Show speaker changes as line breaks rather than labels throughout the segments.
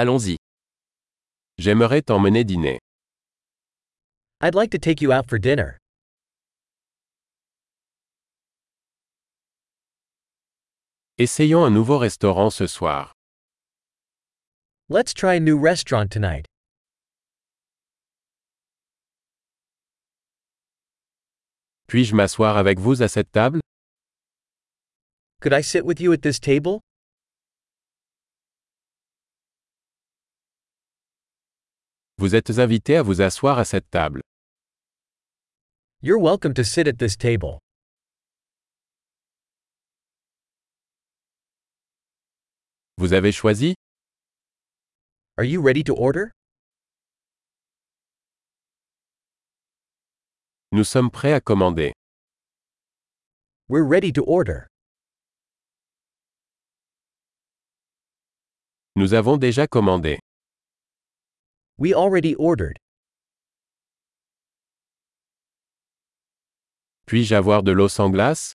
Allons-y. J'aimerais t'emmener dîner.
I'd like to take you out for dinner.
Essayons un nouveau restaurant ce soir.
Let's try a new restaurant tonight.
Puis-je m'asseoir avec vous à cette table
Could I sit with you at this table?
Vous êtes invité à vous asseoir à cette table.
You're welcome to sit at this table.
Vous avez choisi
Are you ready to order?
Nous sommes prêts à commander.
We're ready to order.
Nous avons déjà commandé.
We already ordered.
Puis-je avoir de l'eau sans glace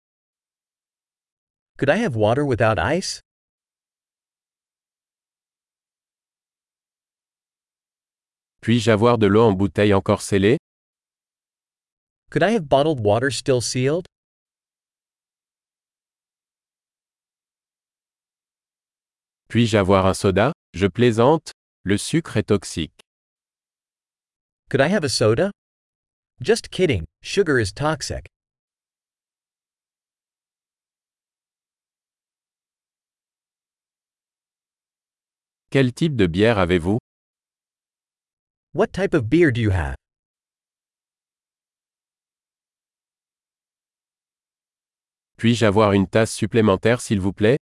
Could I have water without ice?
Puis-je avoir de l'eau en bouteille encore scellée
Could I have bottled water still sealed?
Puis-je avoir un soda Je plaisante. Le sucre est toxique.
Could I have a soda? Just kidding, sugar is toxic.
Quel type de bière avez-vous
What type of beer do you have?
Puis-je avoir une tasse supplémentaire s'il vous plaît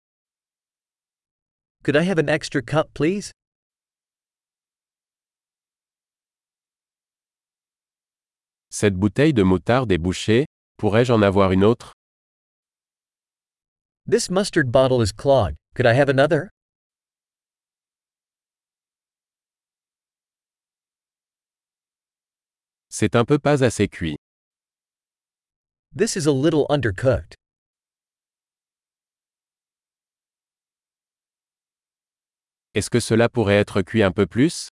Could I have an extra cup, please?
Cette bouteille de moutarde est bouchée. Pourrais-je en avoir une autre
This mustard bottle is clogged. Could I have another?
C'est un peu pas assez cuit.
This is a little undercooked.
Est-ce que cela pourrait être cuit un peu plus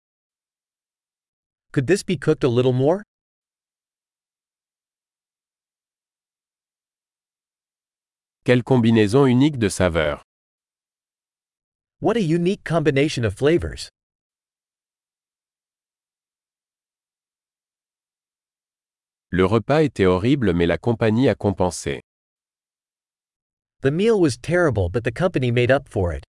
Could this be cooked a little more?
Quelle combinaison unique de saveurs.
What a unique combination of flavors.
Le repas était horrible mais la compagnie a compensé.
The meal was terrible, but the company made up for it.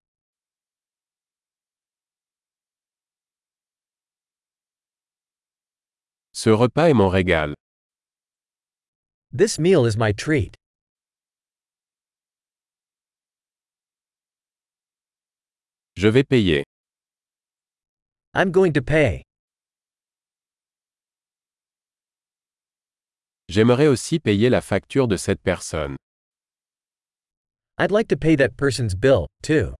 Ce repas est mon régal.
This meal is my treat.
Je vais payer.
I'm going to pay.
J'aimerais aussi payer la facture de cette personne.
I'd like to pay that person's bill, too.